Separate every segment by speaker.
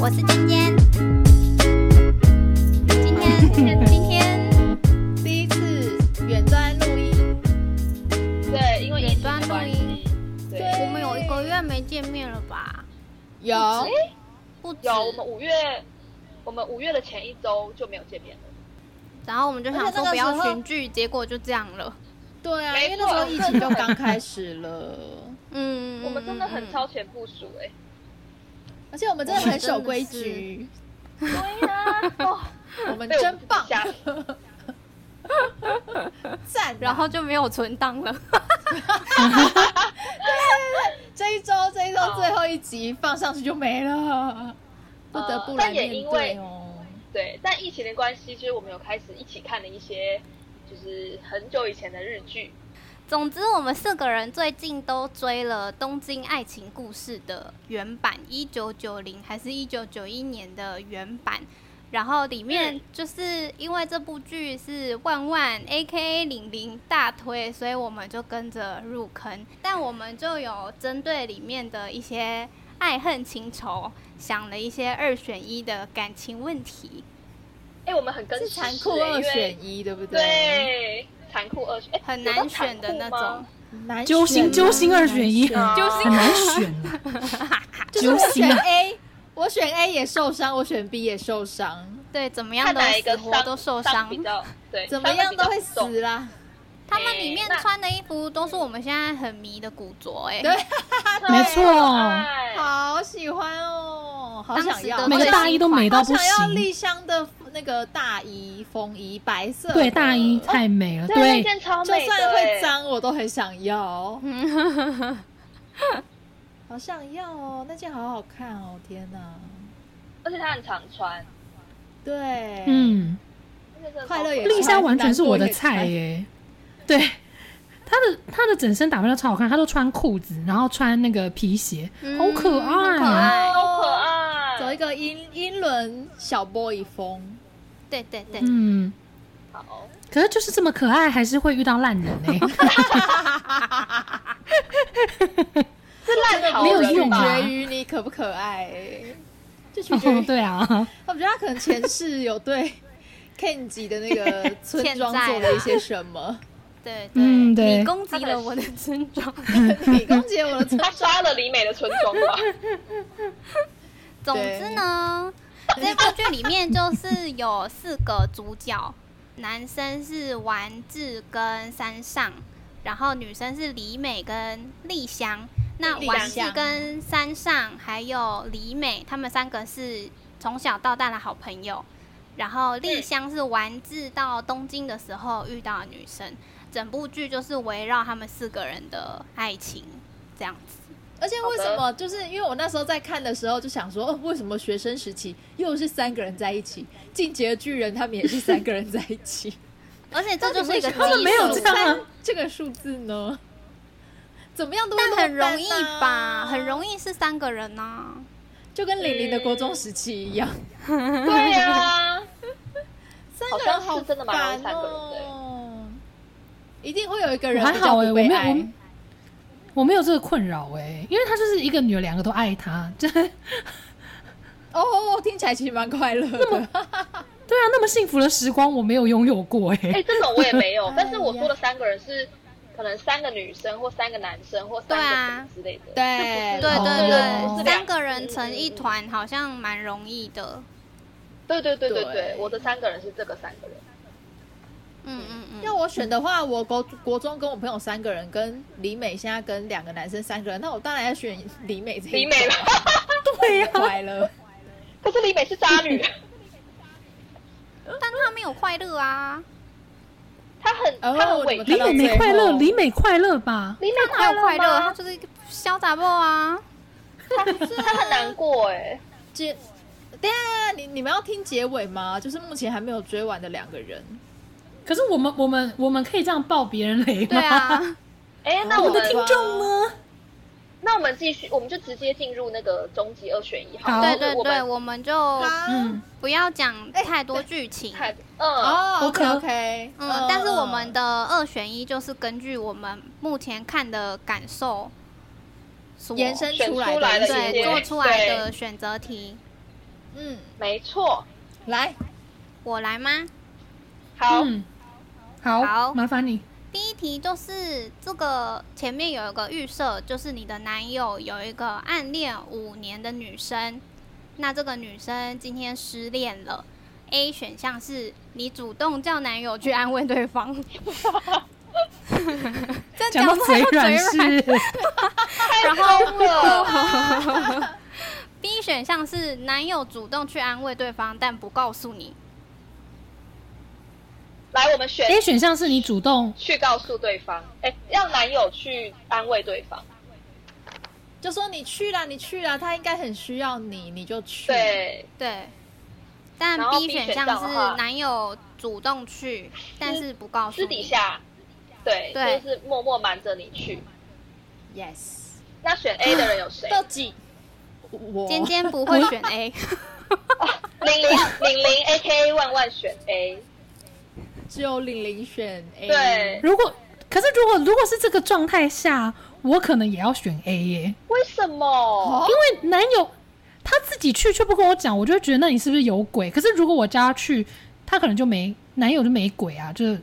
Speaker 1: 我是今天，今天今天
Speaker 2: 第一次远端录音，
Speaker 3: 对，因为疫
Speaker 1: 远
Speaker 3: 情
Speaker 1: 端
Speaker 3: 的
Speaker 1: 录
Speaker 3: 关
Speaker 1: 音
Speaker 3: 系，，
Speaker 2: 对
Speaker 3: 对，
Speaker 1: 我们有一个月没见面了吧？
Speaker 2: 有
Speaker 1: 不止，
Speaker 3: 有我们五月，我们五月的前一周就没有见面了。
Speaker 1: 然后我们就想
Speaker 2: 而且
Speaker 1: 说
Speaker 2: 那个
Speaker 1: 不
Speaker 2: 时
Speaker 1: 要
Speaker 2: 候
Speaker 1: 群聚，结果就这样了。
Speaker 2: 对啊，
Speaker 3: 没
Speaker 2: 因为那时候
Speaker 3: 错
Speaker 2: 疫情就刚开始 了，
Speaker 1: 嗯，
Speaker 3: 我们真的很
Speaker 1: 超。
Speaker 3: 超前部署哎、
Speaker 2: 而且我们真的很守规矩，
Speaker 3: 对呀、哦，
Speaker 2: 我们
Speaker 3: 被我
Speaker 2: 真
Speaker 3: 们自己
Speaker 2: 棒，
Speaker 3: 吓死
Speaker 2: 赞啊！
Speaker 1: 然后就没有存档了，
Speaker 2: 这一周这一周最后一集放上去就没了，不得不来
Speaker 3: 呃但也
Speaker 2: 面
Speaker 3: 因
Speaker 2: 对
Speaker 3: 为
Speaker 2: 哦。
Speaker 3: 对，但疫情的关系，就是我们有开始一起看了一些，就是很久以前的日剧。
Speaker 1: 总之，我们四个人最近都追了《东京爱情故事》的原版，一九九零还是一九九一年的原版。然后里面
Speaker 3: 嗯
Speaker 1: 就是因为这部剧是万万 A K A 玲玲大推，所以我们就跟着入坑。但我们就有针对里面的一些爱恨情仇，想了一些二选一的感情问题，
Speaker 3: 哎、我们很跟
Speaker 2: 是
Speaker 3: 时
Speaker 2: 残
Speaker 3: 事
Speaker 2: 酷
Speaker 3: 欸
Speaker 2: 二
Speaker 3: 因为
Speaker 2: 选一，对不对？
Speaker 3: 对，残酷二选，哎
Speaker 1: 很
Speaker 3: 有到
Speaker 1: 难选的
Speaker 3: 残酷
Speaker 1: 那
Speaker 3: 吗
Speaker 1: 种。
Speaker 2: 难
Speaker 4: 揪心
Speaker 2: 选啊
Speaker 4: 揪心二选 一
Speaker 2: 难选啊
Speaker 1: 揪
Speaker 4: 很难选 啊，
Speaker 2: 就是 我
Speaker 4: 揪心
Speaker 2: 选
Speaker 4: 啊
Speaker 2: A，我选 A 也受伤，我选 B 也受伤，
Speaker 1: 对，怎么样
Speaker 3: 看
Speaker 1: 都
Speaker 3: 哪一个
Speaker 1: 死活
Speaker 3: 伤
Speaker 1: 都受
Speaker 3: 伤
Speaker 1: 伤，
Speaker 3: 比较对，
Speaker 2: 怎么
Speaker 3: 伤得
Speaker 2: 样
Speaker 3: 比
Speaker 2: 都
Speaker 3: 较
Speaker 2: 会
Speaker 3: 重
Speaker 2: 死啦。
Speaker 1: 他们里面
Speaker 3: 欸那
Speaker 1: 穿的衣服都是我们现在很迷的古着、欸，哎，
Speaker 2: 对，
Speaker 4: 没错
Speaker 3: 哎
Speaker 2: 好喜欢哦，好
Speaker 1: 当
Speaker 2: 想
Speaker 1: 时
Speaker 2: 要
Speaker 1: 的，
Speaker 4: 每个大衣都美到
Speaker 2: 好
Speaker 4: 不
Speaker 2: 想要
Speaker 4: 行。
Speaker 2: 丽香的那个大衣、风衣，白色的哦
Speaker 4: 对，大衣太美了，
Speaker 3: 对，那
Speaker 4: 对，
Speaker 3: 件超
Speaker 2: 就
Speaker 3: 美的，
Speaker 2: 算会
Speaker 3: 哎
Speaker 2: 脏，我都很想 要。好想要哦，那件好好看哦，天哪！
Speaker 3: 而且它很常穿，
Speaker 2: 对，，
Speaker 4: 嗯，
Speaker 3: 那件真的
Speaker 2: 快
Speaker 3: 超
Speaker 2: 乐也
Speaker 3: 美
Speaker 2: 是
Speaker 4: 丽香完全是我的
Speaker 2: 难
Speaker 4: 菜
Speaker 2: 过
Speaker 4: 耶、 对，她的她的整身打扮都超好看，她都穿裤子，然后穿那个皮鞋，
Speaker 1: 嗯
Speaker 4: 好可
Speaker 1: 很
Speaker 4: 爱
Speaker 1: 可
Speaker 4: 啊！
Speaker 1: 爱，
Speaker 3: 好可爱，
Speaker 2: 走一个英英伦小 boy 风，
Speaker 1: 对对对，
Speaker 4: 嗯，
Speaker 3: 好，
Speaker 4: 可是就是这么可爱，还是会遇到烂人哎、
Speaker 3: 是烂好
Speaker 4: 没有
Speaker 3: 人
Speaker 4: 用
Speaker 3: 吧
Speaker 4: 啊
Speaker 2: 取决于你可不可爱、就取决于
Speaker 4: 哦，对啊，
Speaker 2: 我觉得他可能前世有对 Kenji 的 那个村庄做了一些什么，
Speaker 1: 对对，
Speaker 4: 嗯对
Speaker 1: 你攻击了我的村庄。啊
Speaker 2: 你攻击我的 村
Speaker 3: 他杀了李美的村庄 吧？
Speaker 1: 总之呢，这部剧里面就是有四个主角，男生是丸子跟山上，然后女生是李美跟丽香。那
Speaker 2: 丽
Speaker 1: 丸子
Speaker 2: 香
Speaker 1: 跟山上还有李美，他们三个是从小到大的好朋友。然后丽
Speaker 2: 嗯
Speaker 1: 香是丸子到东京的时候遇到的女生，整部剧就是围绕他们四个人的爱情这样子。
Speaker 2: 而且为什么？就是因为我那时候在看的时候就想说，哦，为什么学生时期又是三个人在一起？进阶巨人他们也是三个人在一 起，
Speaker 1: 而且这就是一个
Speaker 2: 到
Speaker 1: 基
Speaker 2: 底为什么
Speaker 4: 没有
Speaker 1: 数
Speaker 4: 这样啊
Speaker 2: 三这个数字呢？怎么样都会
Speaker 1: 但很容易
Speaker 2: 那么
Speaker 1: 吧，
Speaker 2: 淡啊
Speaker 1: 很容易是三个人啊呐、
Speaker 2: 就跟玲玲的国中时期一样，
Speaker 3: 对啊呀，
Speaker 2: 三
Speaker 3: 好
Speaker 2: 个人
Speaker 3: 像
Speaker 2: 好
Speaker 3: 是真的蛮容易
Speaker 2: 烦
Speaker 3: 三个人的
Speaker 2: 哦。一定会有一个人
Speaker 4: 我还
Speaker 2: 比较
Speaker 4: 好欸
Speaker 2: 不被
Speaker 4: 我没有
Speaker 2: 爱
Speaker 4: 我没我没有这个困扰哎、因为她就是一个女儿，两个都爱她， 这对
Speaker 2: 哦，听起来其实蛮快乐 的。，
Speaker 4: 啊，那么幸福的时光我没有拥有过哎、
Speaker 3: 哎，这种我也没有但是我说的三个人是可能三个女生或三个男生或三个什么之类的，
Speaker 2: 对
Speaker 1: 对
Speaker 4: 哦
Speaker 1: 对
Speaker 4: 不
Speaker 1: 对，
Speaker 4: 是
Speaker 1: 三个人成一团好像蛮容易的。
Speaker 3: 对对对对
Speaker 2: 对
Speaker 3: 对，我的三个人是这个三个人，
Speaker 1: 嗯嗯嗯，
Speaker 2: 要我选的话，我国国中跟我朋友三个人，跟李美现在跟两个男生三个人，那我当然要选李美这一
Speaker 3: 李
Speaker 2: 个
Speaker 3: 美了，
Speaker 2: 对呀、快乐。
Speaker 3: 可是李美是渣女，
Speaker 1: 但他没有快乐啊，
Speaker 3: 她很
Speaker 2: 哦
Speaker 3: 她很
Speaker 2: 我怎
Speaker 3: 委
Speaker 2: 么
Speaker 3: 屈
Speaker 4: 李
Speaker 2: 看到，
Speaker 4: 美没快
Speaker 2: 最
Speaker 4: 乐，
Speaker 2: 后
Speaker 4: 李美快乐吧？
Speaker 3: 李美
Speaker 1: 他哪有快乐？啊他
Speaker 3: 吗？
Speaker 1: 就是一个小杂货啊。
Speaker 3: 她很难过哎，
Speaker 2: 结，对啊，你你们要听结尾吗？就是目前还没有追完的两个人，
Speaker 4: 可是我们我们我们可以这样爆别人雷吗？
Speaker 1: 对啊，
Speaker 3: 哎，那
Speaker 4: 哦
Speaker 2: 我
Speaker 3: 我
Speaker 2: 的
Speaker 3: 们
Speaker 2: 听众呢？
Speaker 3: 那我们继续，我们就直接进入那个终极二选一好
Speaker 4: 好
Speaker 3: 了，
Speaker 1: 对对
Speaker 3: 我
Speaker 1: 对，
Speaker 3: 们
Speaker 1: 我们
Speaker 3: 哦
Speaker 1: 就
Speaker 2: 嗯
Speaker 4: 嗯，
Speaker 1: 不要讲太多剧情。
Speaker 3: 看，嗯，
Speaker 2: 哦，OK
Speaker 4: OK
Speaker 2: OK，
Speaker 1: 嗯，但是我们的二选一就是根据我们目前看的感受所，
Speaker 2: 延伸
Speaker 3: 选
Speaker 2: 哦出来
Speaker 3: 出来
Speaker 2: 的一
Speaker 3: 的一
Speaker 2: 些
Speaker 1: 对
Speaker 3: 些结
Speaker 1: 做
Speaker 3: 果
Speaker 1: 出来的选择题。
Speaker 2: 嗯，
Speaker 3: 没错，
Speaker 2: 来，
Speaker 1: 我来吗？
Speaker 3: 好，
Speaker 4: 嗯，好，
Speaker 1: 好
Speaker 4: 麻烦你。
Speaker 1: 第一题就是这个前面有一个预设，就是你的男友有一个暗恋五年的女生，那这个女生今天失恋了。A 选项是你主动叫男友去安慰对方，这
Speaker 4: 讲到
Speaker 1: 出来
Speaker 4: 嘴
Speaker 1: 就
Speaker 4: 软
Speaker 1: 嘴软。
Speaker 4: 是，
Speaker 1: 然后
Speaker 3: 了
Speaker 1: B 选项是男友主动去安慰对方，但不告诉你。
Speaker 3: 来我们选
Speaker 4: A 选项是你主动，
Speaker 3: 去告诉对方，哎，让男友去安慰对方，
Speaker 2: 就说你去啦，你去啦，他应该很需要你，你就去。，
Speaker 3: 对，
Speaker 1: 对，但
Speaker 3: 然后
Speaker 1: B
Speaker 3: B
Speaker 1: 选
Speaker 3: 选
Speaker 1: 项
Speaker 3: 项的
Speaker 1: 是
Speaker 3: 话
Speaker 1: 男友主动去，但是不告诉
Speaker 3: 私
Speaker 1: 你。
Speaker 3: 底下，对，
Speaker 1: 对
Speaker 3: 就是默默瞒着你去。
Speaker 2: ，yes，
Speaker 3: 那选 A 的人有 谁？
Speaker 2: 到几？我
Speaker 1: 尖尖不会选 A，
Speaker 3: 哦零零零零 A K A 万万选 A，
Speaker 2: 只有玲玲选 A，
Speaker 3: 对，
Speaker 4: 如果可是如果如果是这个状态下，我可能也要选 A 耶、
Speaker 3: 为什么？
Speaker 4: 因为男友他自己去却不跟我讲，我就会觉得那你是不是有鬼？可是如果我叫他去，他可能就没男友就没鬼啊，就是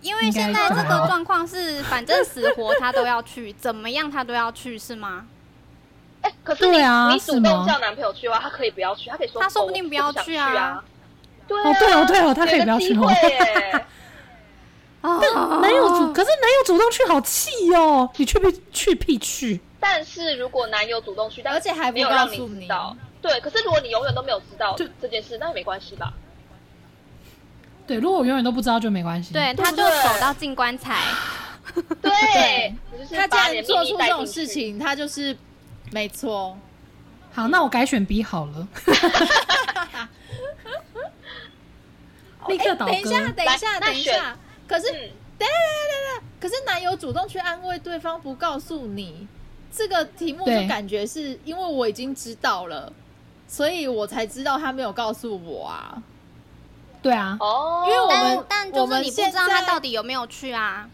Speaker 1: 因为现在这个状况是，反正死活他都要去，怎么样他都要去，是吗？
Speaker 3: 哎，可是你
Speaker 4: 对啊
Speaker 3: 你主
Speaker 4: 是吗
Speaker 3: 动叫男朋友去的话，他可以不要去，他可以说
Speaker 1: 他说
Speaker 3: 哦
Speaker 1: 不定
Speaker 3: 我
Speaker 1: 不要
Speaker 3: 我想
Speaker 1: 去
Speaker 3: 去
Speaker 1: 啊
Speaker 3: 啊。对
Speaker 4: 哦对哦对哦他可以
Speaker 3: 有
Speaker 4: 不要
Speaker 3: 个
Speaker 4: 去
Speaker 3: 机
Speaker 4: 哦
Speaker 3: 会耶。
Speaker 1: 啊，
Speaker 4: 男友
Speaker 2: 哦
Speaker 4: 主，可是男友主动去好气哦，你去不去屁去？
Speaker 3: 但是如果男友主动去，但
Speaker 2: 而且还不
Speaker 3: 没有让
Speaker 2: 告诉
Speaker 3: 知
Speaker 2: 你
Speaker 3: 道，对。可是如果你永远都没有知道
Speaker 4: 就
Speaker 3: 这件事，那也没关系吧？
Speaker 4: 对，如果我永远都不知道就没关系。
Speaker 1: 对，他就
Speaker 3: 对
Speaker 1: 走到进棺材，
Speaker 3: 对，
Speaker 2: 他既然做出这种事，
Speaker 3: 事
Speaker 2: 情，他就是没错。
Speaker 4: 好，那我改选 B 好 了，立刻倒戈。
Speaker 2: 等一下，等一下，
Speaker 3: 来
Speaker 2: 等一
Speaker 3: 那选
Speaker 2: 下。可是，等
Speaker 3: 嗯，
Speaker 2: 等等等等，可是男友主动去安慰对方，不告诉你，这个题目
Speaker 4: 对
Speaker 2: 就感觉是因为我已经知道了，所以我才知道他没有告诉我啊。
Speaker 4: 对啊，
Speaker 3: 哦，
Speaker 2: 因为我
Speaker 1: 但
Speaker 2: 们
Speaker 1: 但就
Speaker 2: 我
Speaker 1: 是
Speaker 2: 们
Speaker 1: 你不知道
Speaker 2: 现在
Speaker 1: 他到底有没有去啊，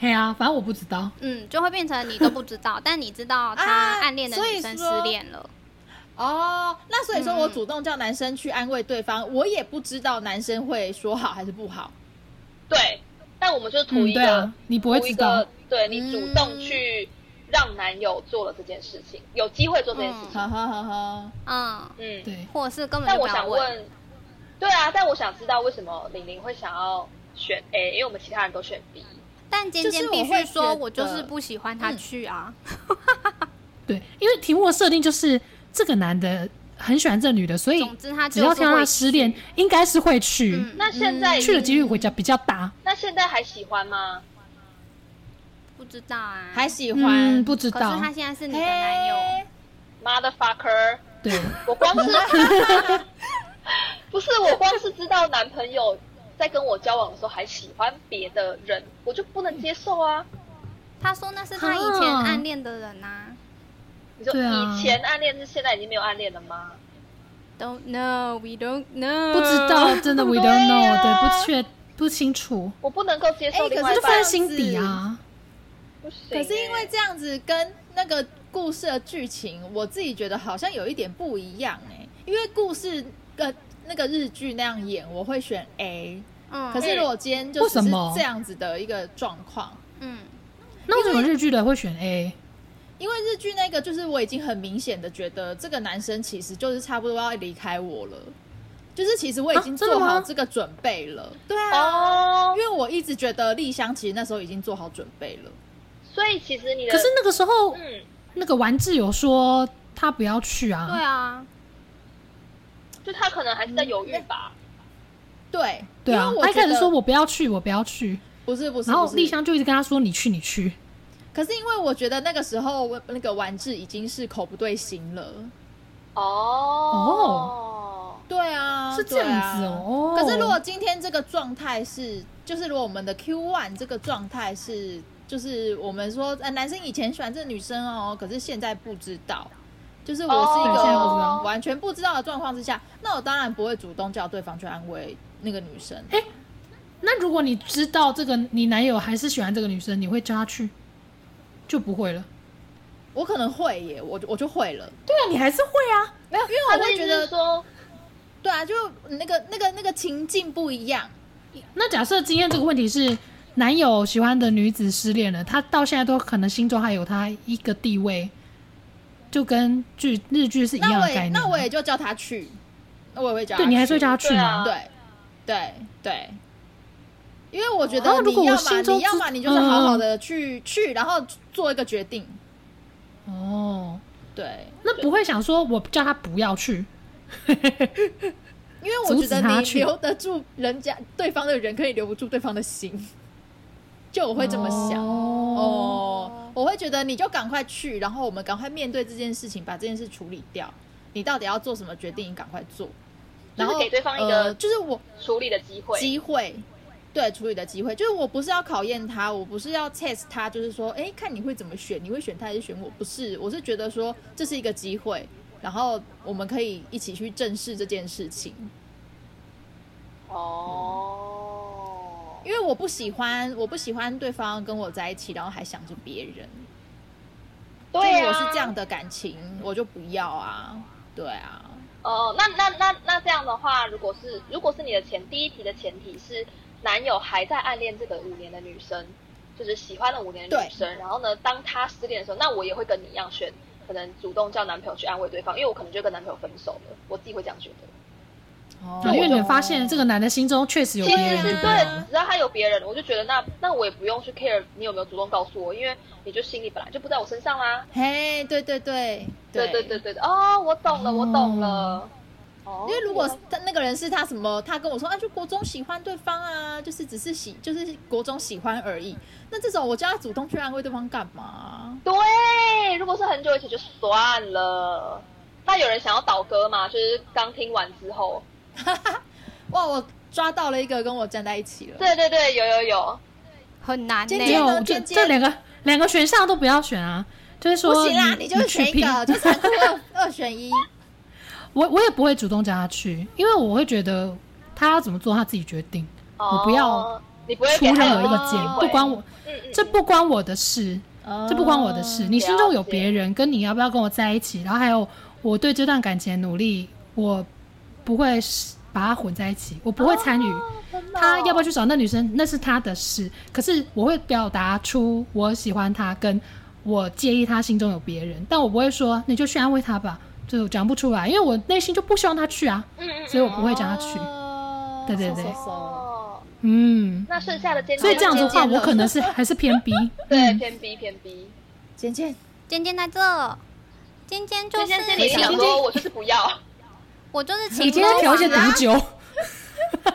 Speaker 4: 嘿啊，反正我不知道。
Speaker 1: 嗯，就会变成你都不知道，但你知道他
Speaker 2: 啊
Speaker 1: 暗恋的
Speaker 2: 所以
Speaker 1: 女生失
Speaker 2: 说
Speaker 1: 恋了，
Speaker 2: 哦，那所以说
Speaker 1: 嗯
Speaker 2: 我主动叫男生去安慰对方，我也不知道男生会说好还是不好。
Speaker 3: 对，但我们就图
Speaker 4: 嗯，
Speaker 3: 一
Speaker 4: 对
Speaker 3: 个
Speaker 4: 啊，，你不
Speaker 3: 图
Speaker 4: 会
Speaker 3: 一
Speaker 4: 知道
Speaker 3: 个，。对你主动去让男友做了这件事情，有机会做这件事情。
Speaker 2: 哈哈哈哈，
Speaker 1: 嗯，
Speaker 3: 嗯，
Speaker 4: 嗯对，
Speaker 1: 或者是根本
Speaker 3: 但
Speaker 1: 就
Speaker 3: 我
Speaker 1: 不要
Speaker 3: 想问，对啊，但我想知道为什么玲玲会想要选 A，因为我们其他人都选 B。
Speaker 1: 但尖
Speaker 2: 就
Speaker 1: 尖
Speaker 2: 是
Speaker 1: 必
Speaker 2: 我会
Speaker 1: 须说，
Speaker 2: 觉
Speaker 1: 我就是
Speaker 2: 得
Speaker 1: 不喜欢他
Speaker 2: 嗯
Speaker 1: 去啊。
Speaker 4: 对，因为题目的设定就是这个男的很喜欢这女的，所以
Speaker 1: 总之他
Speaker 4: 只
Speaker 1: 就是
Speaker 4: 要听到
Speaker 1: 会
Speaker 4: 他失恋，应该是会去。
Speaker 1: 嗯，
Speaker 3: 那现在
Speaker 4: 去的几率会比较比较大。
Speaker 3: 那现在还喜欢吗？
Speaker 1: 不知道啊，
Speaker 2: 还喜欢？
Speaker 4: 嗯，不知
Speaker 1: 可
Speaker 4: 道
Speaker 1: 是。他现在是你的男友，
Speaker 2: 嘿
Speaker 3: motherfucker，
Speaker 4: 对，
Speaker 3: 我光 是不是我光是知道男朋友在跟我交往的时候还喜欢别的人，我就不能接受啊！
Speaker 1: 他说那是他以前暗恋的人啊呐、
Speaker 3: 你说
Speaker 4: 对啊
Speaker 3: 以前暗恋是现在已经没有暗恋了吗？
Speaker 1: Don't know, we don't know，
Speaker 4: 不知道，真的 we
Speaker 3: 对
Speaker 4: don't
Speaker 3: 啊
Speaker 4: know，对，不确不清楚，
Speaker 3: 我不能够接受
Speaker 2: 哎可
Speaker 3: 另
Speaker 2: 是
Speaker 3: 外一
Speaker 4: 就放
Speaker 2: 这
Speaker 4: 在
Speaker 3: 半，
Speaker 2: 份
Speaker 4: 心底啊。
Speaker 3: 不行
Speaker 2: 可是因
Speaker 3: 欸
Speaker 2: 为这样子跟那个故事的剧情，我自己觉得好像有一点不一样哎、因为故事跟那个日剧那样演，我会选 A。
Speaker 1: 嗯，
Speaker 2: 可是如果今天就
Speaker 4: 哦为
Speaker 2: 只
Speaker 4: 什
Speaker 2: 是
Speaker 4: 么
Speaker 2: 这样子的一个状况，
Speaker 1: 嗯，
Speaker 4: 那为什么日剧的会选 A？
Speaker 2: 因为日剧那个就是我已经很明显的觉得这个男生其实就是差不多要离开我了，就是其实我已经
Speaker 4: 啊真的
Speaker 2: 做
Speaker 4: 吗
Speaker 2: 好这个准备了。对啊，
Speaker 3: 哦
Speaker 2: 因，为我一直觉得丽香其实那时候已经做好准备了。
Speaker 3: 所以其实你的
Speaker 4: 可是那个时候，
Speaker 3: 嗯，
Speaker 4: 那个丸子有说他不要去
Speaker 1: 对
Speaker 4: 啊，
Speaker 1: 啊，
Speaker 3: 就他可能还是在犹豫吧。
Speaker 2: 对，
Speaker 4: 对
Speaker 2: 因
Speaker 4: 啊
Speaker 2: 为，我
Speaker 4: 他一
Speaker 2: 觉
Speaker 4: 开
Speaker 2: 得
Speaker 4: 始说我不要去，我不要去，
Speaker 2: 不是不是，
Speaker 4: 然后
Speaker 2: 不是
Speaker 4: 丽香就一直跟他说你去，你去。
Speaker 2: 可是因为我觉得那个时候我那个丸治已经是口不对心了，
Speaker 3: 哦
Speaker 2: 对啊，
Speaker 4: 是这样子哦
Speaker 2: 对啊可是如果今天这个状态是，就是如果我们的 Q one 这个状态是，就是我们说，呃，男生以前喜欢这个女生哦，可是现在不知道，就是我是一
Speaker 4: 哦对现在不知
Speaker 2: 个
Speaker 4: 道
Speaker 2: 完全不知道的状况之下，那我当然不会主动叫对方去安慰那个女生。
Speaker 4: 那如果你知道这个你男友还是喜欢这个女生，你会叫他去，就不会了。
Speaker 2: 我可能会耶，我就我就会了，
Speaker 4: 对啊，你还是会啊。
Speaker 2: 没有，因为
Speaker 3: 他
Speaker 2: 我
Speaker 3: 的
Speaker 2: 会
Speaker 3: 意
Speaker 2: 觉
Speaker 3: 思是
Speaker 2: 得
Speaker 3: 说，
Speaker 2: 对啊，就那个那个那个情境不一样，
Speaker 4: 那假设今天这个问题是男友喜欢的女子失恋了，他到现在都可能心中还有他一个地位，就跟剧日剧是一样
Speaker 2: 那我
Speaker 4: 的
Speaker 2: 也
Speaker 4: 概念。啊
Speaker 2: 那我也就叫他去，我也会叫他
Speaker 4: 对你还是会
Speaker 2: 去
Speaker 4: 叫他去
Speaker 3: 对
Speaker 4: 吗？
Speaker 3: 啊
Speaker 2: 对对对，因为我觉
Speaker 4: 然后
Speaker 2: 得
Speaker 4: 如果
Speaker 2: 你要
Speaker 4: 我心
Speaker 2: 嘛
Speaker 4: 中
Speaker 2: 你要
Speaker 4: 知嗯
Speaker 2: 嘛你就是好好的去、去，然后做一个决定，
Speaker 4: 哦，
Speaker 2: 对，
Speaker 4: 那不会想说我叫他不要去，
Speaker 2: 因为
Speaker 4: 阻
Speaker 2: 我觉
Speaker 4: 止
Speaker 2: 得
Speaker 4: 他
Speaker 2: 你
Speaker 4: 去
Speaker 2: 留得住人家对方的人，可以留不住对方的心，就我会这么想
Speaker 4: 哦，
Speaker 2: 哦，我会觉得你就赶快去，然后我们赶快面对这件事情，把这件事处理掉。你到底要做什么决定？你赶快做，然后
Speaker 3: 就是给对方一个
Speaker 2: 呃就是我
Speaker 3: 处理的机会。
Speaker 2: 机会，对处理的机会，就是我不是要考验他，我不是要 test 他，就是说，哎，看你会怎么选，你会选他还是选我？不是，我是觉得说这是一个机会，然后我们可以一起去正视这件事情，
Speaker 3: 哦，
Speaker 2: 因为我不喜欢，我不喜欢对方跟我在一起，然后还想着别人，
Speaker 3: 对
Speaker 2: 就
Speaker 3: 啊，
Speaker 2: 我是这样的感情，我就不要啊，对啊，
Speaker 3: 哦，那那那那这样的话，如果是如果是你的前第一题的前提是男友还在暗恋这个五年的女生，就是喜欢了五年的女生，然后呢，当她失恋的时候，那我也会跟你一样选，可能主动叫男朋友去安慰对方，因为我可能就会跟男朋友分手了，我自己会这样觉得。
Speaker 2: 哦
Speaker 4: 对因为你们发现这个男的心中确实有
Speaker 3: 其
Speaker 4: 别
Speaker 3: 实
Speaker 4: 人，
Speaker 2: 啊
Speaker 4: 啊
Speaker 3: 是
Speaker 4: 不
Speaker 3: 对，只要他有别人，我就觉得那那我也不用去 care 你有没有主动告诉我，因为你就心里本来就不在我身上啦。
Speaker 2: 嘿，对对对
Speaker 3: 对对对对，对哦，我懂了，我懂了。哦，
Speaker 2: 因为如果是他那个人是他什么，他跟我说啊，就国中喜欢对方啊，就是只是喜，就是国中喜欢而已。那这种我就要主动去安慰对方干嘛？
Speaker 3: 对，如果是很久以前就算了。那有人想要倒戈吗？就是刚听完之后，
Speaker 2: 哇，我抓到了一个跟我站在一起了。
Speaker 3: 对对对，有有有，
Speaker 1: 很难呢、
Speaker 2: 今
Speaker 4: 没
Speaker 2: 天啊
Speaker 4: 有，这
Speaker 2: 尖尖
Speaker 4: 这两个两个选项都不要选啊，就是
Speaker 2: 不
Speaker 4: 说
Speaker 2: 行啦，你就是选
Speaker 4: 去
Speaker 2: 一
Speaker 4: 拼
Speaker 2: 个，就是残酷 二二选一。
Speaker 4: 我我也不会主动叫他去，因为我会觉得他要怎么做他自己决定，
Speaker 3: 哦、
Speaker 4: 我不要，
Speaker 3: 你不会
Speaker 4: 出
Speaker 3: 给他
Speaker 4: 任何
Speaker 3: 有
Speaker 4: 一个
Speaker 2: 建
Speaker 4: 结
Speaker 2: 议
Speaker 3: 机
Speaker 4: 不
Speaker 3: 会，
Speaker 4: 关我，
Speaker 3: 嗯哦嗯，
Speaker 4: 这不关我的事，这不关我的事。你心中有别人，跟你要不要跟我在一起，然后还有我对这段感情的努力，我不会是把它混在一起，我不会参
Speaker 3: 哦
Speaker 4: 与。他要不要去找那女生，那是他的事。可是我会表达出我喜欢他，跟我介意他心中有别人，但我不会说你就去安慰他吧，就讲不出来，因为我内心就不希望他去啊，
Speaker 3: 嗯嗯，嗯
Speaker 4: 所以我不会叫他去。
Speaker 2: 哦
Speaker 4: 对对对
Speaker 2: 嗖嗖嗖
Speaker 3: 哦，
Speaker 4: 嗯，
Speaker 3: 那剩下的尖尖，
Speaker 4: 所以这样子的话，
Speaker 2: 渐渐
Speaker 4: 我
Speaker 2: 的
Speaker 4: 可能是还是偏 B。
Speaker 3: 对
Speaker 4: 嗯
Speaker 3: 偏 B 偏 B，
Speaker 2: 尖尖，
Speaker 1: 尖尖在这，尖尖就
Speaker 3: 尖
Speaker 1: 是
Speaker 3: 尖心里
Speaker 4: 想
Speaker 3: 想说，我就是不要，
Speaker 1: 我就是情
Speaker 4: 你今天
Speaker 1: 勒
Speaker 4: 调
Speaker 1: 王
Speaker 4: 一些毒
Speaker 1: 啊，
Speaker 4: 酒，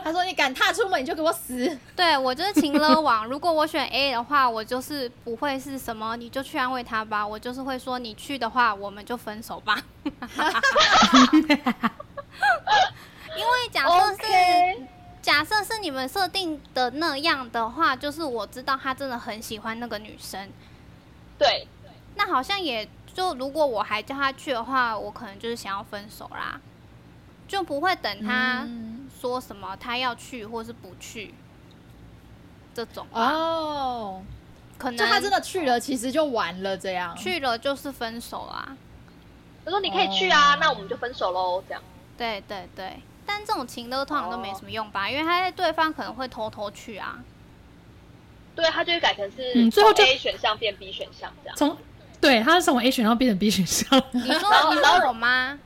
Speaker 2: 他说你敢踏出门，你就给我死。
Speaker 1: 对我就是情勒王。如果我选 A 的话，我就是不会是什么，你就去安慰他吧。我就是会说，你去的话，我们就分手吧。 因为假设是
Speaker 3: OK
Speaker 1: 假设是你们设定的那样的话，就是我知道他真的很喜欢那个女生，
Speaker 3: 对，
Speaker 1: 那好像也就如果我还叫他去的话，我可能就是想要分手啦，就不会等
Speaker 4: 啊
Speaker 1: 他
Speaker 2: 嗯
Speaker 1: 说什么他要去或是不去这种啊，
Speaker 2: 哦，
Speaker 1: 可
Speaker 2: 就
Speaker 1: 能
Speaker 2: 他真的去了，其实就完了这样。
Speaker 1: 去了就是分手啊，
Speaker 3: 他说你可以去啊，那我们就分手喽，这样。
Speaker 1: 对对对。但这种情勒通常都没什么用吧，因为他在对方可能会偷偷去啊。
Speaker 3: 对，他就会改成是
Speaker 4: 嗯最后
Speaker 3: 从
Speaker 4: 就
Speaker 3: A 选项变 B 选项这样。
Speaker 4: 从对他是从 A 选项变成 B 选项，
Speaker 1: 你 说你说我吗？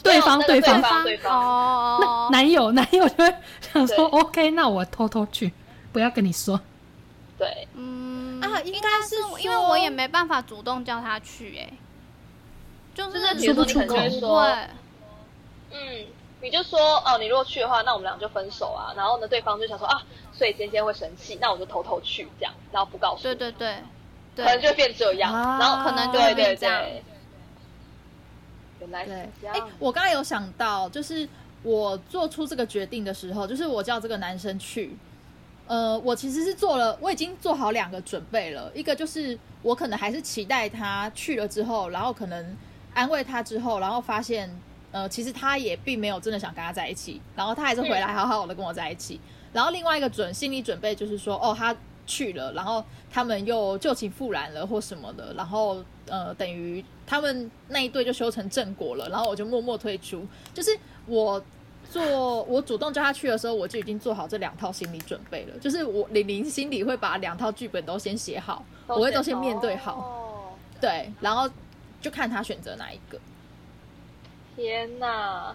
Speaker 4: 对方
Speaker 3: 那个
Speaker 4: 方
Speaker 1: 哦对
Speaker 3: 对方对
Speaker 1: 方
Speaker 3: 方
Speaker 1: 哦哦哦，
Speaker 4: 男友 男友就会想说
Speaker 3: 对
Speaker 4: OK，那我偷偷去，不要跟你说。
Speaker 3: 对，
Speaker 1: 嗯
Speaker 2: 啊应该是
Speaker 1: 因为我
Speaker 2: 说
Speaker 1: 也没办法主动叫他去、哎，就
Speaker 3: 就是
Speaker 1: 是
Speaker 3: 比如说
Speaker 4: 说不
Speaker 3: 你
Speaker 4: 出
Speaker 3: 可能
Speaker 1: 不
Speaker 4: 口
Speaker 3: 就会说，
Speaker 1: 会，
Speaker 3: 嗯，你就说哦，你如果去的话，那我们俩就分手啊。然后呢，对方就想说啊，所以尖尖会生气，那我就偷偷去这样，然后不告诉
Speaker 1: 对
Speaker 3: 你，
Speaker 1: 对对，
Speaker 3: 可能
Speaker 1: 对，
Speaker 3: 就会变这样，
Speaker 2: 啊
Speaker 3: 然后
Speaker 1: 可能就会
Speaker 3: 对
Speaker 1: 变
Speaker 3: 对
Speaker 1: 这样
Speaker 3: 对。原来是
Speaker 2: 对，
Speaker 3: 这
Speaker 2: 哎、
Speaker 3: 样，
Speaker 2: 我刚刚有想到，就是我做出这个决定的时候，就是我叫这个男生去，呃，我其实是做了，我已经做好两个准备了，一个就是我可能还是期待他去了之后，然后可能安慰他之后，然后发现，呃，其实他也并没有真的想跟他在一起，然后他还是回来好好的跟我在一起。然后另外一个准心理准备就是说，哦，他去了，然后他们又旧情复燃了或什么的，然后呃，等于他们那一对就修成正果了，然后我就默默退出。就是我做我主动叫他去的时候，我就已经做好这两套心理准备了。就是我玲玲心里会把两套剧本都先写好，
Speaker 3: 都
Speaker 2: 我会都
Speaker 3: 写
Speaker 2: 先面对好，
Speaker 3: 哦，
Speaker 2: 对，然后就看他选择哪一个。
Speaker 3: 天哪！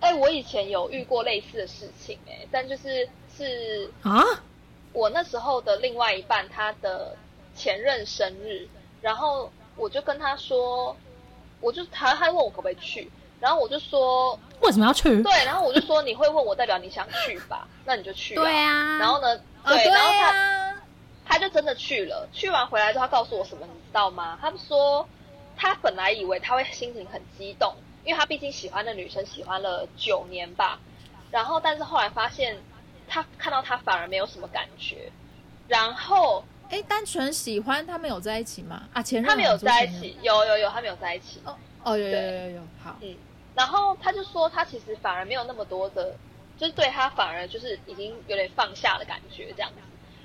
Speaker 3: 哎、我以前有遇过类似的事情、哎，但就是是
Speaker 4: 啊，
Speaker 3: 我那时候的另外一半他的前任生日，然后我就跟他说，我就他他问我可不可以去，然后我就说
Speaker 4: 为什么要去？
Speaker 3: 对，然后我就说你会问我，代表你想去吧，那你就去、
Speaker 1: 对
Speaker 3: 啊。
Speaker 1: 啊，
Speaker 3: 然后呢，
Speaker 2: 啊，对
Speaker 3: 然后他
Speaker 2: 啊，
Speaker 3: 他就真的去了。去完回来之后，他告诉我什么，你知道吗？他说他本来以为他会心情很激动，因为他毕竟喜欢的女生喜欢了九年吧。然后，但是后来发现他看到他反而没有什么感觉。然后
Speaker 2: 哎，单纯喜欢他们有在一起吗？啊，前任
Speaker 3: 他们有
Speaker 2: 好像说
Speaker 3: 在
Speaker 2: 前任
Speaker 3: 一起，有有有，他们有在一起。
Speaker 2: 嗯哦，有有
Speaker 3: 对
Speaker 2: 有有有， 好，
Speaker 3: 嗯，然后他就说他其实反而没有那么多的，就是对他反而就是已经有点放下的感觉这样子。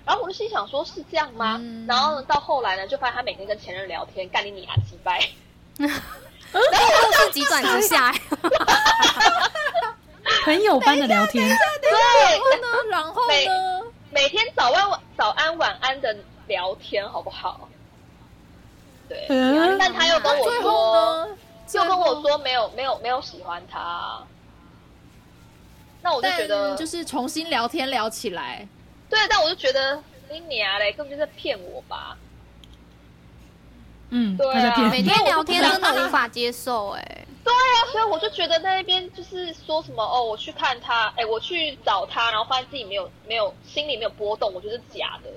Speaker 3: 然后我就心想说，是这样吗？
Speaker 2: 嗯
Speaker 3: 然后呢到后来呢，就发现他每天跟前任聊天，干你你啊鸡 掰。
Speaker 1: 都是急转直 下，欸
Speaker 3: 啊
Speaker 4: 朋友般的聊天，
Speaker 3: 对，
Speaker 2: 然后呢，然后呢？
Speaker 3: 每天早安早安晚安的聊天，好不好？对，
Speaker 4: 嗯
Speaker 3: 但他又跟我
Speaker 2: 最后
Speaker 3: 说，
Speaker 2: 呢？
Speaker 3: 又跟
Speaker 2: 最
Speaker 3: 我
Speaker 2: 后
Speaker 3: 说没有没有没有喜欢他。那我就觉得
Speaker 2: 但就是重新聊天聊起来，
Speaker 3: 对，但我就觉得你娘嘞，根本就在骗我吧。
Speaker 4: 嗯，
Speaker 3: 对啊
Speaker 4: 他在骗
Speaker 1: 每
Speaker 4: 你，
Speaker 1: 天聊天真的无法接受 哎、
Speaker 3: 啊所以我就觉得那边就是说什么哦，我去看他，哎，我去找他，然后发现自己没有没有心里没有波动，我觉得是假的。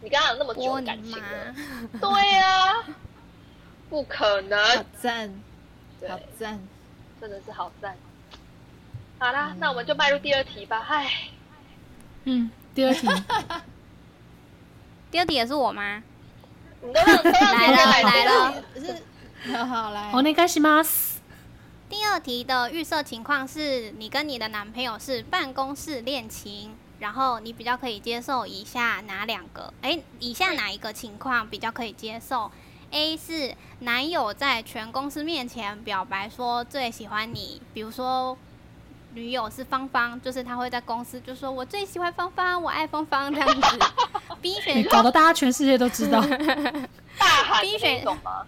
Speaker 3: 你跟他有那么久
Speaker 1: 我
Speaker 3: 的
Speaker 1: 你
Speaker 3: 感情
Speaker 1: 妈！
Speaker 3: 了，对呀、啊，不可
Speaker 2: 好
Speaker 3: 能，
Speaker 2: 赞，
Speaker 3: 呃对，
Speaker 2: 好赞。
Speaker 3: 真的是好赞。好啦，那我们就迈入第二题吧。唉，
Speaker 4: 嗯，第 二题，
Speaker 1: 第二题也是我吗？
Speaker 3: 我们都让都让别
Speaker 1: 来
Speaker 3: 人
Speaker 1: 了
Speaker 3: 来
Speaker 1: 来了，
Speaker 2: 是，好好来
Speaker 4: お，願いし ます。
Speaker 1: 第二题的预设情况是你跟你的男朋友是办公室恋情，然后你比较可以接受以下哪两个？诶，以下哪一个情况比较可以接受？A 是男友在全公司面前表白说最喜欢你，比如说女友是芳芳，就是他会在公司就说我最喜欢芳芳，我爱芳芳这样子。B
Speaker 4: 你
Speaker 1: 选
Speaker 4: 搞得大家全世界都知 道，
Speaker 3: 大喊
Speaker 1: 冰
Speaker 3: 的
Speaker 1: 雪
Speaker 3: 那种吗？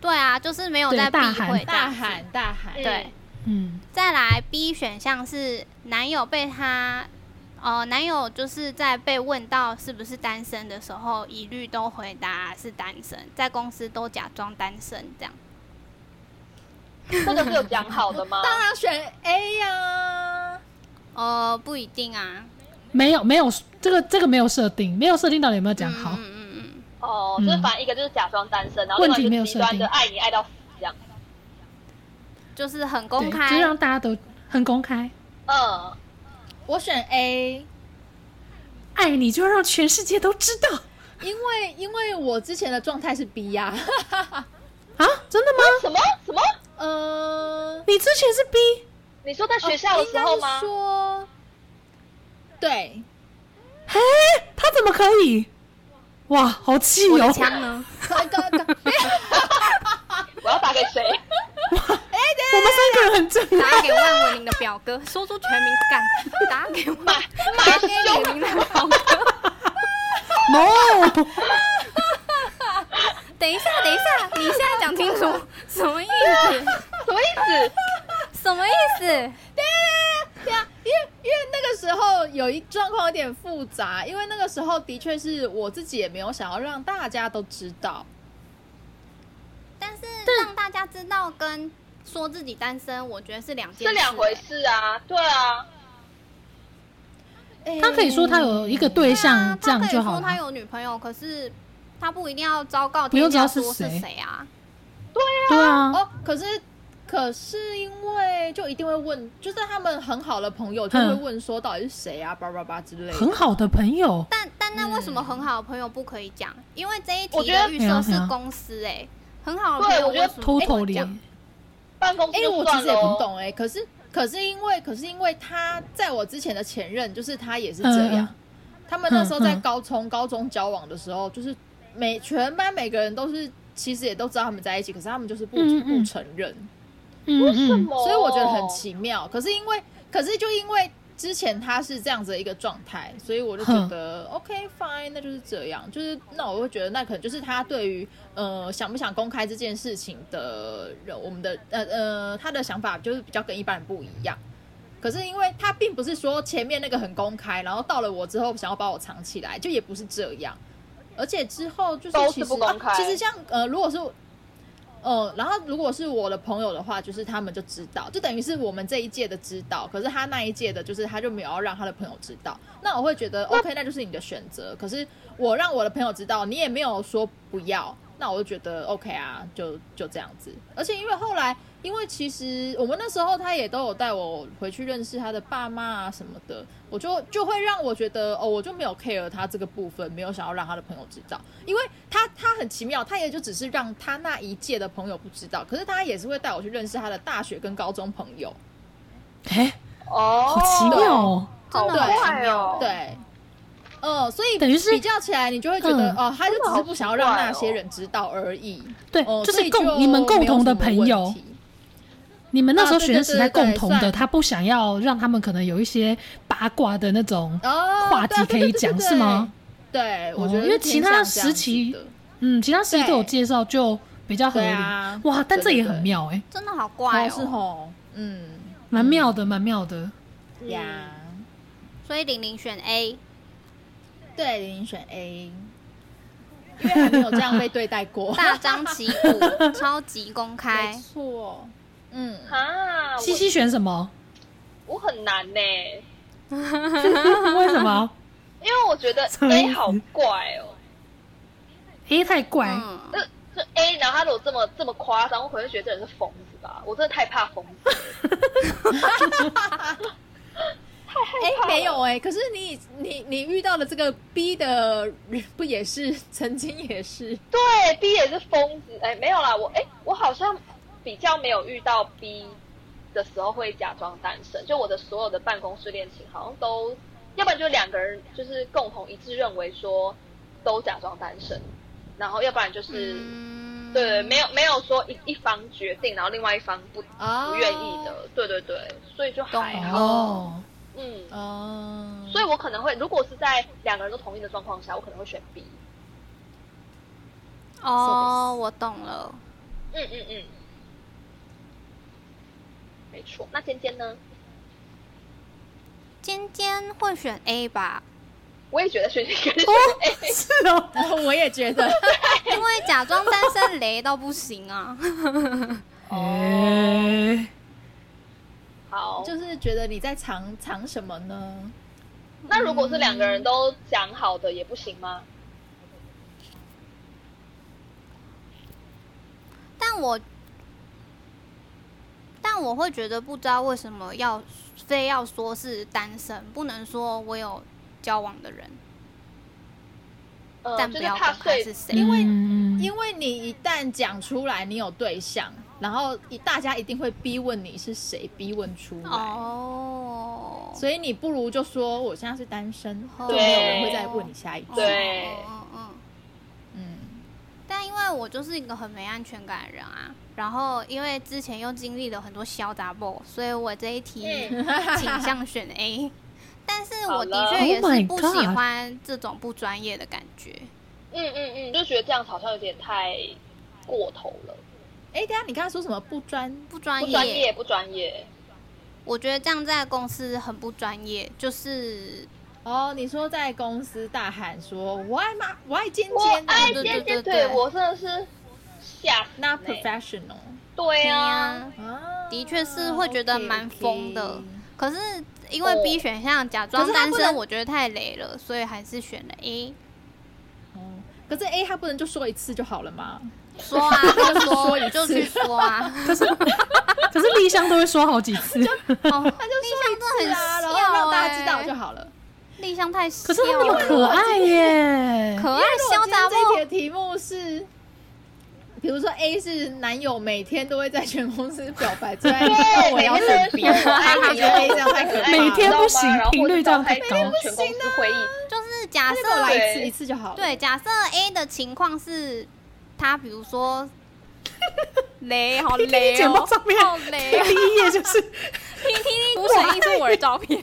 Speaker 1: 对啊，就是没有
Speaker 4: 对
Speaker 1: 在避
Speaker 4: 大喊
Speaker 1: 讳，
Speaker 2: 大，喊大喊，
Speaker 3: 嗯
Speaker 1: 对。
Speaker 4: 嗯，
Speaker 1: 再来 B 选项是男友被他，呃，男友就是在被问到是不是单身的时候，一律都回答是单身，在公司都假装单身这样。
Speaker 3: 这个是有讲好的吗？
Speaker 2: 当然选 A 呀，
Speaker 1: 呃，不一定啊。
Speaker 4: 没有没有，这个这个没有设定，没有设定到底有没有讲好
Speaker 1: 嗯，嗯嗯
Speaker 3: 哦，就是反正一个就是假装单身，然后
Speaker 4: 问
Speaker 3: 另外
Speaker 4: 题
Speaker 3: 一
Speaker 4: 没
Speaker 3: 个
Speaker 4: 有
Speaker 3: 极端
Speaker 4: 设
Speaker 3: 的
Speaker 4: 定
Speaker 3: 爱你爱到死这样。
Speaker 1: 嗯，就是很
Speaker 4: 对，
Speaker 1: 公
Speaker 4: 就
Speaker 1: 开
Speaker 4: 让。大家都很公开，
Speaker 3: 嗯，
Speaker 2: 我选 A，
Speaker 4: 爱你就让全世界都知道
Speaker 2: 因为因为我之前的状态是 B 呀，
Speaker 4: 啊！真的吗？
Speaker 3: 什么什么？
Speaker 2: 呃，
Speaker 4: 你之前是 B，
Speaker 3: 你说在学校的时候
Speaker 2: 哦应该
Speaker 3: 吗？
Speaker 2: 是说，对，
Speaker 4: 嘿，他怎么可以？哇，好气
Speaker 1: 我的
Speaker 4: 哦！
Speaker 1: 枪呢？
Speaker 2: 刚刚刚
Speaker 3: 我要打给 谁？
Speaker 4: 我们三个人很正啊，
Speaker 1: 打给万伟林的表哥，说出全名干。打给万
Speaker 3: 啊
Speaker 1: 打给李玲的表哥。
Speaker 4: no，
Speaker 1: 等一下，等一下，你现在讲清楚什么意思？
Speaker 3: 什么意思？
Speaker 1: 什么意思？
Speaker 2: 对啊，因为因为那个时候有一状况有点复杂，因为那个时候的确是我自己也没有想要让大家都知道，
Speaker 1: 但是让大家知道跟说自己单身，我觉得是两件事、
Speaker 3: 是两回
Speaker 1: 欸。
Speaker 3: 事啊，对啊，
Speaker 2: 哎
Speaker 4: 他可以说他有一个对
Speaker 1: 对啊
Speaker 4: 象，这样就
Speaker 1: 他可以说
Speaker 4: 好
Speaker 1: 他
Speaker 4: 了。
Speaker 1: 有女朋友，可是他不一定要昭告
Speaker 4: 不用
Speaker 1: 天
Speaker 4: 知道
Speaker 1: 下
Speaker 4: 是
Speaker 1: 说
Speaker 4: 谁
Speaker 1: 是谁啊。
Speaker 4: 对啊，
Speaker 2: 哦，可是可是因为就一定会问，就是他们很好的朋友就会问说到底是谁啊，叭叭叭之类
Speaker 4: 很
Speaker 2: 的。
Speaker 4: 好的朋友，
Speaker 1: 但但那为什么很好的朋友不可以讲？因为这一
Speaker 3: 嗯我
Speaker 1: 题
Speaker 3: 觉得
Speaker 1: 的预
Speaker 4: 没有
Speaker 1: 设
Speaker 4: 没
Speaker 1: 是
Speaker 4: 有
Speaker 1: 公司哎、很好的朋友
Speaker 3: 对我觉得
Speaker 1: 为什么
Speaker 4: 偷偷里
Speaker 2: 哎我
Speaker 3: 办公室
Speaker 2: 哎、
Speaker 3: 就哦
Speaker 2: 我其
Speaker 3: 算
Speaker 2: 实也不
Speaker 3: 咯
Speaker 2: 懂哎、可是可是因为可是因为他在我之前的前任，就是他也是
Speaker 4: 嗯
Speaker 2: 这样。
Speaker 4: 嗯
Speaker 2: 他们那时候在
Speaker 4: 嗯嗯
Speaker 2: 高从高中交往的时候，就是每全班每个人都是其实也都知道他们在一起，可是他们就是不、
Speaker 4: 嗯嗯
Speaker 2: 不承认。
Speaker 4: 嗯
Speaker 3: 为什
Speaker 4: 嗯，
Speaker 3: 么？
Speaker 2: 所以我觉得很奇妙。可是因为，可是就因为之前他是这样子的一个状态，所以我就觉得 OK fine，那就是这样。就是那我会觉得，那可能就是他对于呃想不想公开这件事情的人，我们的呃呃他的想法就是比较跟一般人不一样。可是因为他并不是说前面那个很公开，然后到了我之后想要把我藏起来，就也不是这样。而且之后就是
Speaker 3: 都是
Speaker 2: 其实
Speaker 3: 不公开
Speaker 2: 啊其实像呃，如果是呃，然后如果是我的朋友的话，就是他们就知道，就等于是我们这一届的知道，可是他那一届的，就是他就没有要让他的朋友知道。那我会觉得 OK，那就是你的选择。可是我让我的朋友知道，你也没有说不要，那我就觉得 OK 啊，就就这样子。而且因为后来，因为其实我们那时候他也都有带我回去认识他的爸妈啊什么的，我就就会让我觉得哦，我就没有 care 他这个部分，没有想要让他的朋友知道，因为他他很奇妙，他也就只是让他那一届的朋友不知道，可是他也是会带我去认识他的大学跟高中朋友。
Speaker 4: 哎，
Speaker 3: 哦，
Speaker 4: 好奇妙哦。
Speaker 3: 好
Speaker 1: 真的
Speaker 2: 对
Speaker 1: 很奇
Speaker 3: 怪
Speaker 1: 妙
Speaker 3: 哦，
Speaker 2: 对，呃，所以
Speaker 4: 等于是
Speaker 2: 比较起来，你就会觉得、
Speaker 4: 嗯
Speaker 2: 哦，他就只是不想要让那些
Speaker 3: 真的好奇怪哦
Speaker 2: 人知道而已。
Speaker 4: 对，
Speaker 2: 哦
Speaker 4: 就
Speaker 2: 所
Speaker 4: 是
Speaker 2: 以
Speaker 4: 共你们
Speaker 2: 没有
Speaker 4: 共同的
Speaker 2: 什么
Speaker 4: 朋
Speaker 2: 问
Speaker 4: 友
Speaker 2: 题，
Speaker 4: 你们那时候
Speaker 2: 啊对
Speaker 4: 学生时代
Speaker 2: 对对
Speaker 4: 共
Speaker 2: 对
Speaker 4: 同
Speaker 2: 算
Speaker 4: 的，他不想要让他们可能有一些八卦的那种，
Speaker 2: 哦，
Speaker 4: 话题
Speaker 2: 对啊
Speaker 4: 可以
Speaker 2: 对对对
Speaker 4: 讲
Speaker 2: 对
Speaker 4: 是吗
Speaker 2: 对，
Speaker 4: 哦
Speaker 2: 我觉得
Speaker 4: 因为
Speaker 2: 是
Speaker 4: 其
Speaker 2: 偏
Speaker 4: 他
Speaker 2: 向
Speaker 4: 时
Speaker 2: 这样子
Speaker 4: 期
Speaker 2: 的
Speaker 4: 嗯，其他时期都有
Speaker 2: 对
Speaker 4: 介绍，就比较合理。
Speaker 2: 对啊
Speaker 4: 哇，但
Speaker 2: 对
Speaker 4: 这也
Speaker 2: 对
Speaker 4: 很
Speaker 2: 对
Speaker 4: 妙哎、
Speaker 1: 真的好怪
Speaker 2: 哦，是
Speaker 1: 哦。
Speaker 2: 吼，嗯
Speaker 4: 蛮妙的，蛮妙的。
Speaker 3: 嗯
Speaker 2: 呀，
Speaker 1: 所以玲玲选 A，
Speaker 2: 对，玲玲选 A，因为还没有这样被对待过，
Speaker 1: 大张旗鼓，超级公
Speaker 2: 没
Speaker 1: 开。
Speaker 2: 错，嗯，
Speaker 3: 啊，
Speaker 4: 西西选什么？
Speaker 3: 我我很难呢、
Speaker 4: 为什 么
Speaker 3: 因为我觉得
Speaker 4: 什么意
Speaker 3: A
Speaker 4: 思
Speaker 3: 好怪哦、
Speaker 4: ？A 太怪，
Speaker 1: 嗯，
Speaker 3: 这这 A，然后他如果这么这么夸张，我可能会觉得这人是疯子吧。我真的太怕疯子了，
Speaker 2: 哎，没有哎，可是你你你遇到的这个 B 的人不也是曾经也是
Speaker 3: 对，B 也是疯子。哎，没有啦，我哎，我好像比较没有遇到 B 的时候会假装单身，就我的所有的办公室恋情好像都，要不然就两个人就是共同一致认为说都假装单身，然后要不然就是、
Speaker 1: 嗯
Speaker 3: 对，没有没有说一一方决定，然后另外一方不
Speaker 2: 啊
Speaker 3: 不愿意的，对对对，所以就还
Speaker 1: 懂
Speaker 3: 好，
Speaker 4: 哦，
Speaker 3: 嗯。
Speaker 2: 哦，
Speaker 3: 所以我可能会，如果是在两个人都同意的状况下，我可能会选 B。
Speaker 1: 哦，我懂了。
Speaker 3: 嗯嗯嗯，没错。那尖尖呢？
Speaker 1: 尖尖会选 A 吧，
Speaker 3: 我也觉得选 B 跟哎 A。
Speaker 4: 是哦，
Speaker 2: 我也觉得，
Speaker 1: 因为假装单身雷到不行啊。
Speaker 4: 哎、
Speaker 3: 好，
Speaker 2: 就是觉得你在藏藏什么呢？
Speaker 3: 那如果是两个人都讲好的，也不行吗？
Speaker 1: 但我，但我会觉得不知道为什么要非要说是单身，不能说我有交往的人，
Speaker 3: 嗯、
Speaker 1: 但
Speaker 3: 就
Speaker 1: 不
Speaker 3: 是
Speaker 1: 要
Speaker 3: 怕
Speaker 1: 公开
Speaker 3: 睡
Speaker 1: 是。谁。
Speaker 4: 因为、嗯、
Speaker 2: 因为你一旦讲出来你有对象，然后一大家一定会逼问你是谁，逼问出来。
Speaker 1: 哦，
Speaker 2: 所以你不如就说我现在是单身，
Speaker 1: 哦
Speaker 2: 就没有人会再问你下一句。
Speaker 3: 对
Speaker 1: 嗯嗯嗯嗯。
Speaker 2: 嗯，
Speaker 1: 但因为我就是一个很没安全感的人啊，然后因为之前又经历了很多小杂波，所以我这一题
Speaker 3: 嗯
Speaker 1: 倾向选 A。但 是
Speaker 3: 好
Speaker 1: 我的
Speaker 3: 了
Speaker 1: 确也
Speaker 4: Oh
Speaker 1: 是
Speaker 4: my
Speaker 1: 不喜
Speaker 4: God
Speaker 1: 欢这种不专业的感觉。
Speaker 3: 嗯嗯嗯，就觉得这样好像有点太过头了，
Speaker 2: 哎，等一下你刚才说什么不专？
Speaker 1: 不专
Speaker 3: 不专业，不专业。
Speaker 1: 我觉得这样在公司很不专业，就是
Speaker 2: 哦，你说在公司大喊说我爱妈，我爱尖
Speaker 3: 我哎
Speaker 2: 尖
Speaker 3: 爱
Speaker 2: 的
Speaker 1: 对
Speaker 3: 尖
Speaker 1: 对
Speaker 3: 尖，
Speaker 1: 对对
Speaker 3: 我真的是吓死
Speaker 2: ，not
Speaker 3: 欸
Speaker 2: professional
Speaker 3: 对
Speaker 1: 对
Speaker 3: 啊，
Speaker 1: 呀
Speaker 2: 啊
Speaker 1: 的确是会觉得蛮疯的
Speaker 2: OK，OK
Speaker 1: 可是因为
Speaker 3: 哦
Speaker 1: B 选项假
Speaker 2: 可
Speaker 1: 装
Speaker 2: 是他
Speaker 1: 单
Speaker 2: 不
Speaker 1: 身，
Speaker 2: 能
Speaker 1: 我觉得太雷了，所以还是选了 A。
Speaker 2: 哦，可是 A 他不能就说一次就好了吗？
Speaker 1: 说 啊，就
Speaker 2: 说
Speaker 1: 说，
Speaker 2: 一
Speaker 1: 你就
Speaker 2: 次
Speaker 1: 去说啊。
Speaker 4: 可是丽香都会说好几次，
Speaker 1: 哦，
Speaker 2: 他就说一
Speaker 1: 立
Speaker 2: 次啊，
Speaker 1: 项
Speaker 2: 然
Speaker 1: 真的
Speaker 2: 后
Speaker 1: 很笑
Speaker 2: 让大家知道
Speaker 1: 欸
Speaker 2: 就好了。
Speaker 1: 立项太
Speaker 4: 可
Speaker 1: 可
Speaker 4: 是他们又可爱耶，
Speaker 1: 可哦爱
Speaker 2: 那
Speaker 1: 潇
Speaker 2: 如果
Speaker 1: 洒
Speaker 2: 今天这一题
Speaker 1: 不？
Speaker 2: 的题目是，比如说 A 是男友每天都会在全公司表白最爱你，那我要选 B，
Speaker 3: 哎每
Speaker 2: 我 爱哎
Speaker 3: 天都
Speaker 2: 你了 A 这样太可怕
Speaker 4: 每
Speaker 2: 了。
Speaker 4: 天不行
Speaker 3: 哎你知道吗
Speaker 4: 频率这样太
Speaker 3: 然
Speaker 4: 高
Speaker 3: 后或者是召开全公司会议，
Speaker 1: 就是假
Speaker 2: 那给我来
Speaker 1: 设
Speaker 2: 一次
Speaker 3: 对
Speaker 2: 一次就好了。
Speaker 1: 对，假设 A 的情况是，他比如说雷，好
Speaker 4: P T T
Speaker 1: 雷
Speaker 4: 简
Speaker 1: 哦
Speaker 4: 报，上面
Speaker 1: 好
Speaker 4: 第
Speaker 1: 雷哦
Speaker 4: 一页就是
Speaker 1: ！PTT 不神印是我的照片，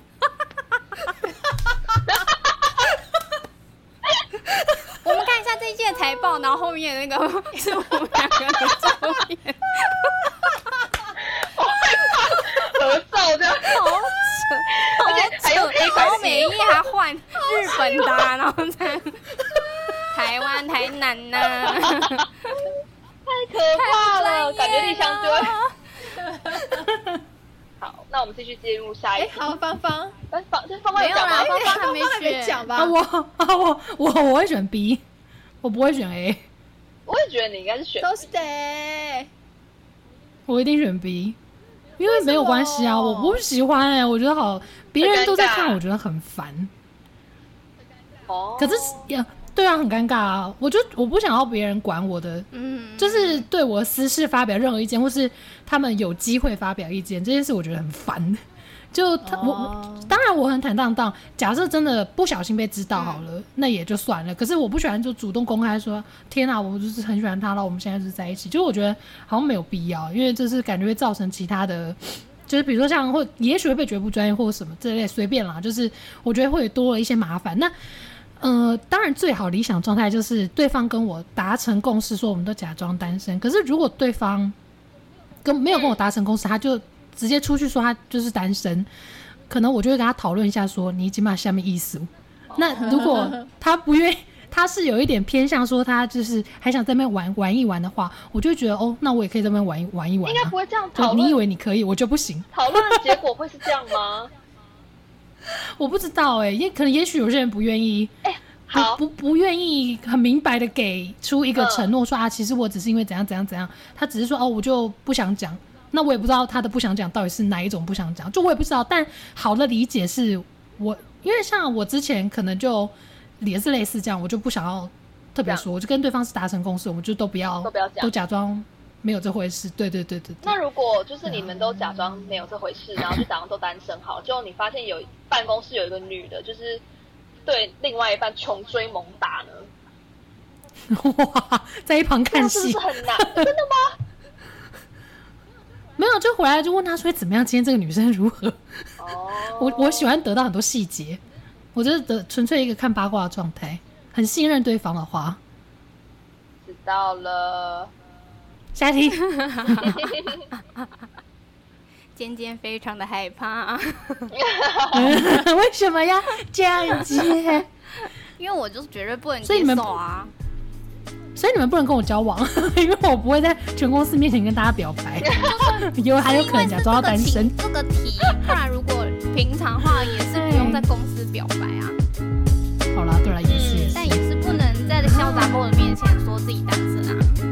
Speaker 1: 我们看一下这一届财报，然后后面那个 是我们两个的照片，
Speaker 3: 合照这样，
Speaker 1: 好扯，
Speaker 3: 而且还有
Speaker 1: 好扯
Speaker 3: A
Speaker 1: 然
Speaker 3: 版
Speaker 1: 后每一页还换日本的啊、然后再台湾、台南啊 呐、
Speaker 3: 太可怕
Speaker 1: 太不专业
Speaker 3: 了，感觉丽香就会。
Speaker 1: 了
Speaker 3: 好，那我们继续进入下
Speaker 2: 哎、
Speaker 3: 一题。
Speaker 2: 好，芳芳，
Speaker 3: 哎，方这方方
Speaker 1: 没
Speaker 3: 有
Speaker 1: 有
Speaker 3: 讲
Speaker 1: 啦，
Speaker 3: 吗？
Speaker 1: 芳芳还没
Speaker 2: 芳还没
Speaker 1: 选
Speaker 2: 讲。吧？
Speaker 4: 啊，我啊我我我会选 B，我不会选 A，
Speaker 3: 我也觉得你应该
Speaker 4: 啊
Speaker 3: 是选
Speaker 2: 都是得，
Speaker 4: 我一定选 B，因为没有关系啊，
Speaker 2: 为什
Speaker 4: 我
Speaker 2: 么
Speaker 4: 不喜欢哎、我觉得好，别人都在
Speaker 3: 很尴
Speaker 4: 看，
Speaker 3: 尬
Speaker 4: 我觉得很烦。
Speaker 3: 哦。
Speaker 4: 可是呀，对啊，很尴尬啊，我就我不想要别人管我的。
Speaker 1: 嗯，
Speaker 4: 就是对我私事发表任何意见，或是他们有机会发表意见这件事，我觉得很烦。就他、
Speaker 2: 哦
Speaker 4: 我，当然我很坦荡荡。假设真的不小心被知道好了，那也就算了。可是我不喜欢就主动公开说，天啊，我就是很喜欢他了，我们现在就是在一起。就是我觉得好像没有必要，因为这是感觉会造成其他的，就是比如说像或也许会被觉得不专业或什么这类，随便啦。就是我觉得会多了一些麻烦。那呃，当然最好理想状态就是对方跟我达成共识，说我们都假装单身。可是如果对方跟没有跟我达成共识，他就直接出去说他就是单身，可能我就会跟他讨论一下说你起码下面意思。
Speaker 3: 哦
Speaker 4: 那如果他不愿意，他是有一点偏向说他就是还想在那边玩玩一玩的话，我就会觉得哦，那我也可以在那边玩一玩一玩、
Speaker 3: 应
Speaker 4: 啊。
Speaker 3: 该不会这样讨
Speaker 4: 就你以
Speaker 3: 论，
Speaker 4: 为你可以，我就不行。
Speaker 3: 讨论的结果会是这样吗？
Speaker 4: 我不知道哎、也可能也许有些人不愿意，不
Speaker 3: 好，
Speaker 4: 不不愿意很明白的给出一个承诺，说啊，其实我只是因为怎样怎样怎样，他只是说哦，我就不想讲。那我也不知道他的不想讲到底是哪一种不想讲，就我也不知道。但好的理解是我，因为像我之前可能就也是类似这样，我就不想要特别
Speaker 3: 这样
Speaker 4: 说，我就跟对方是达成共识，我们就都不要
Speaker 3: 都不要讲
Speaker 4: 假装没有这回事。对对对对对
Speaker 3: 那如果就是你们都假装没有这回事，然后就假装都单身好，结果你发现有办公室有一个女的，就是对另外一半穷追猛打呢，
Speaker 4: 哇，在一旁
Speaker 3: 这
Speaker 4: 看
Speaker 3: 样是不
Speaker 4: 戏
Speaker 3: 是，很难？真的吗？
Speaker 4: 没有就回来就问他说怎么样，今天这个女生如何？
Speaker 3: 哦，
Speaker 4: 我我喜欢得到很多细节，我就是得纯粹一个看八卦的状态，很信任对方的话。
Speaker 3: 知道了。
Speaker 4: 下一题，
Speaker 1: 尖尖非常的害怕，
Speaker 4: 为什么要这样接？
Speaker 1: 因为我就是绝对不能
Speaker 4: 所以
Speaker 1: 接
Speaker 4: 你们
Speaker 1: 受啊。
Speaker 4: 所以你们不能跟我交往， 因为我不会在全公司面前跟大家表 白，有还有可能假装要单身。
Speaker 1: 这个题，不然如果平常的话也是不用在公司表白啊，
Speaker 4: 好啦，对了，也是也是
Speaker 1: 但也是不能在校杂报的面前说自己单身啊。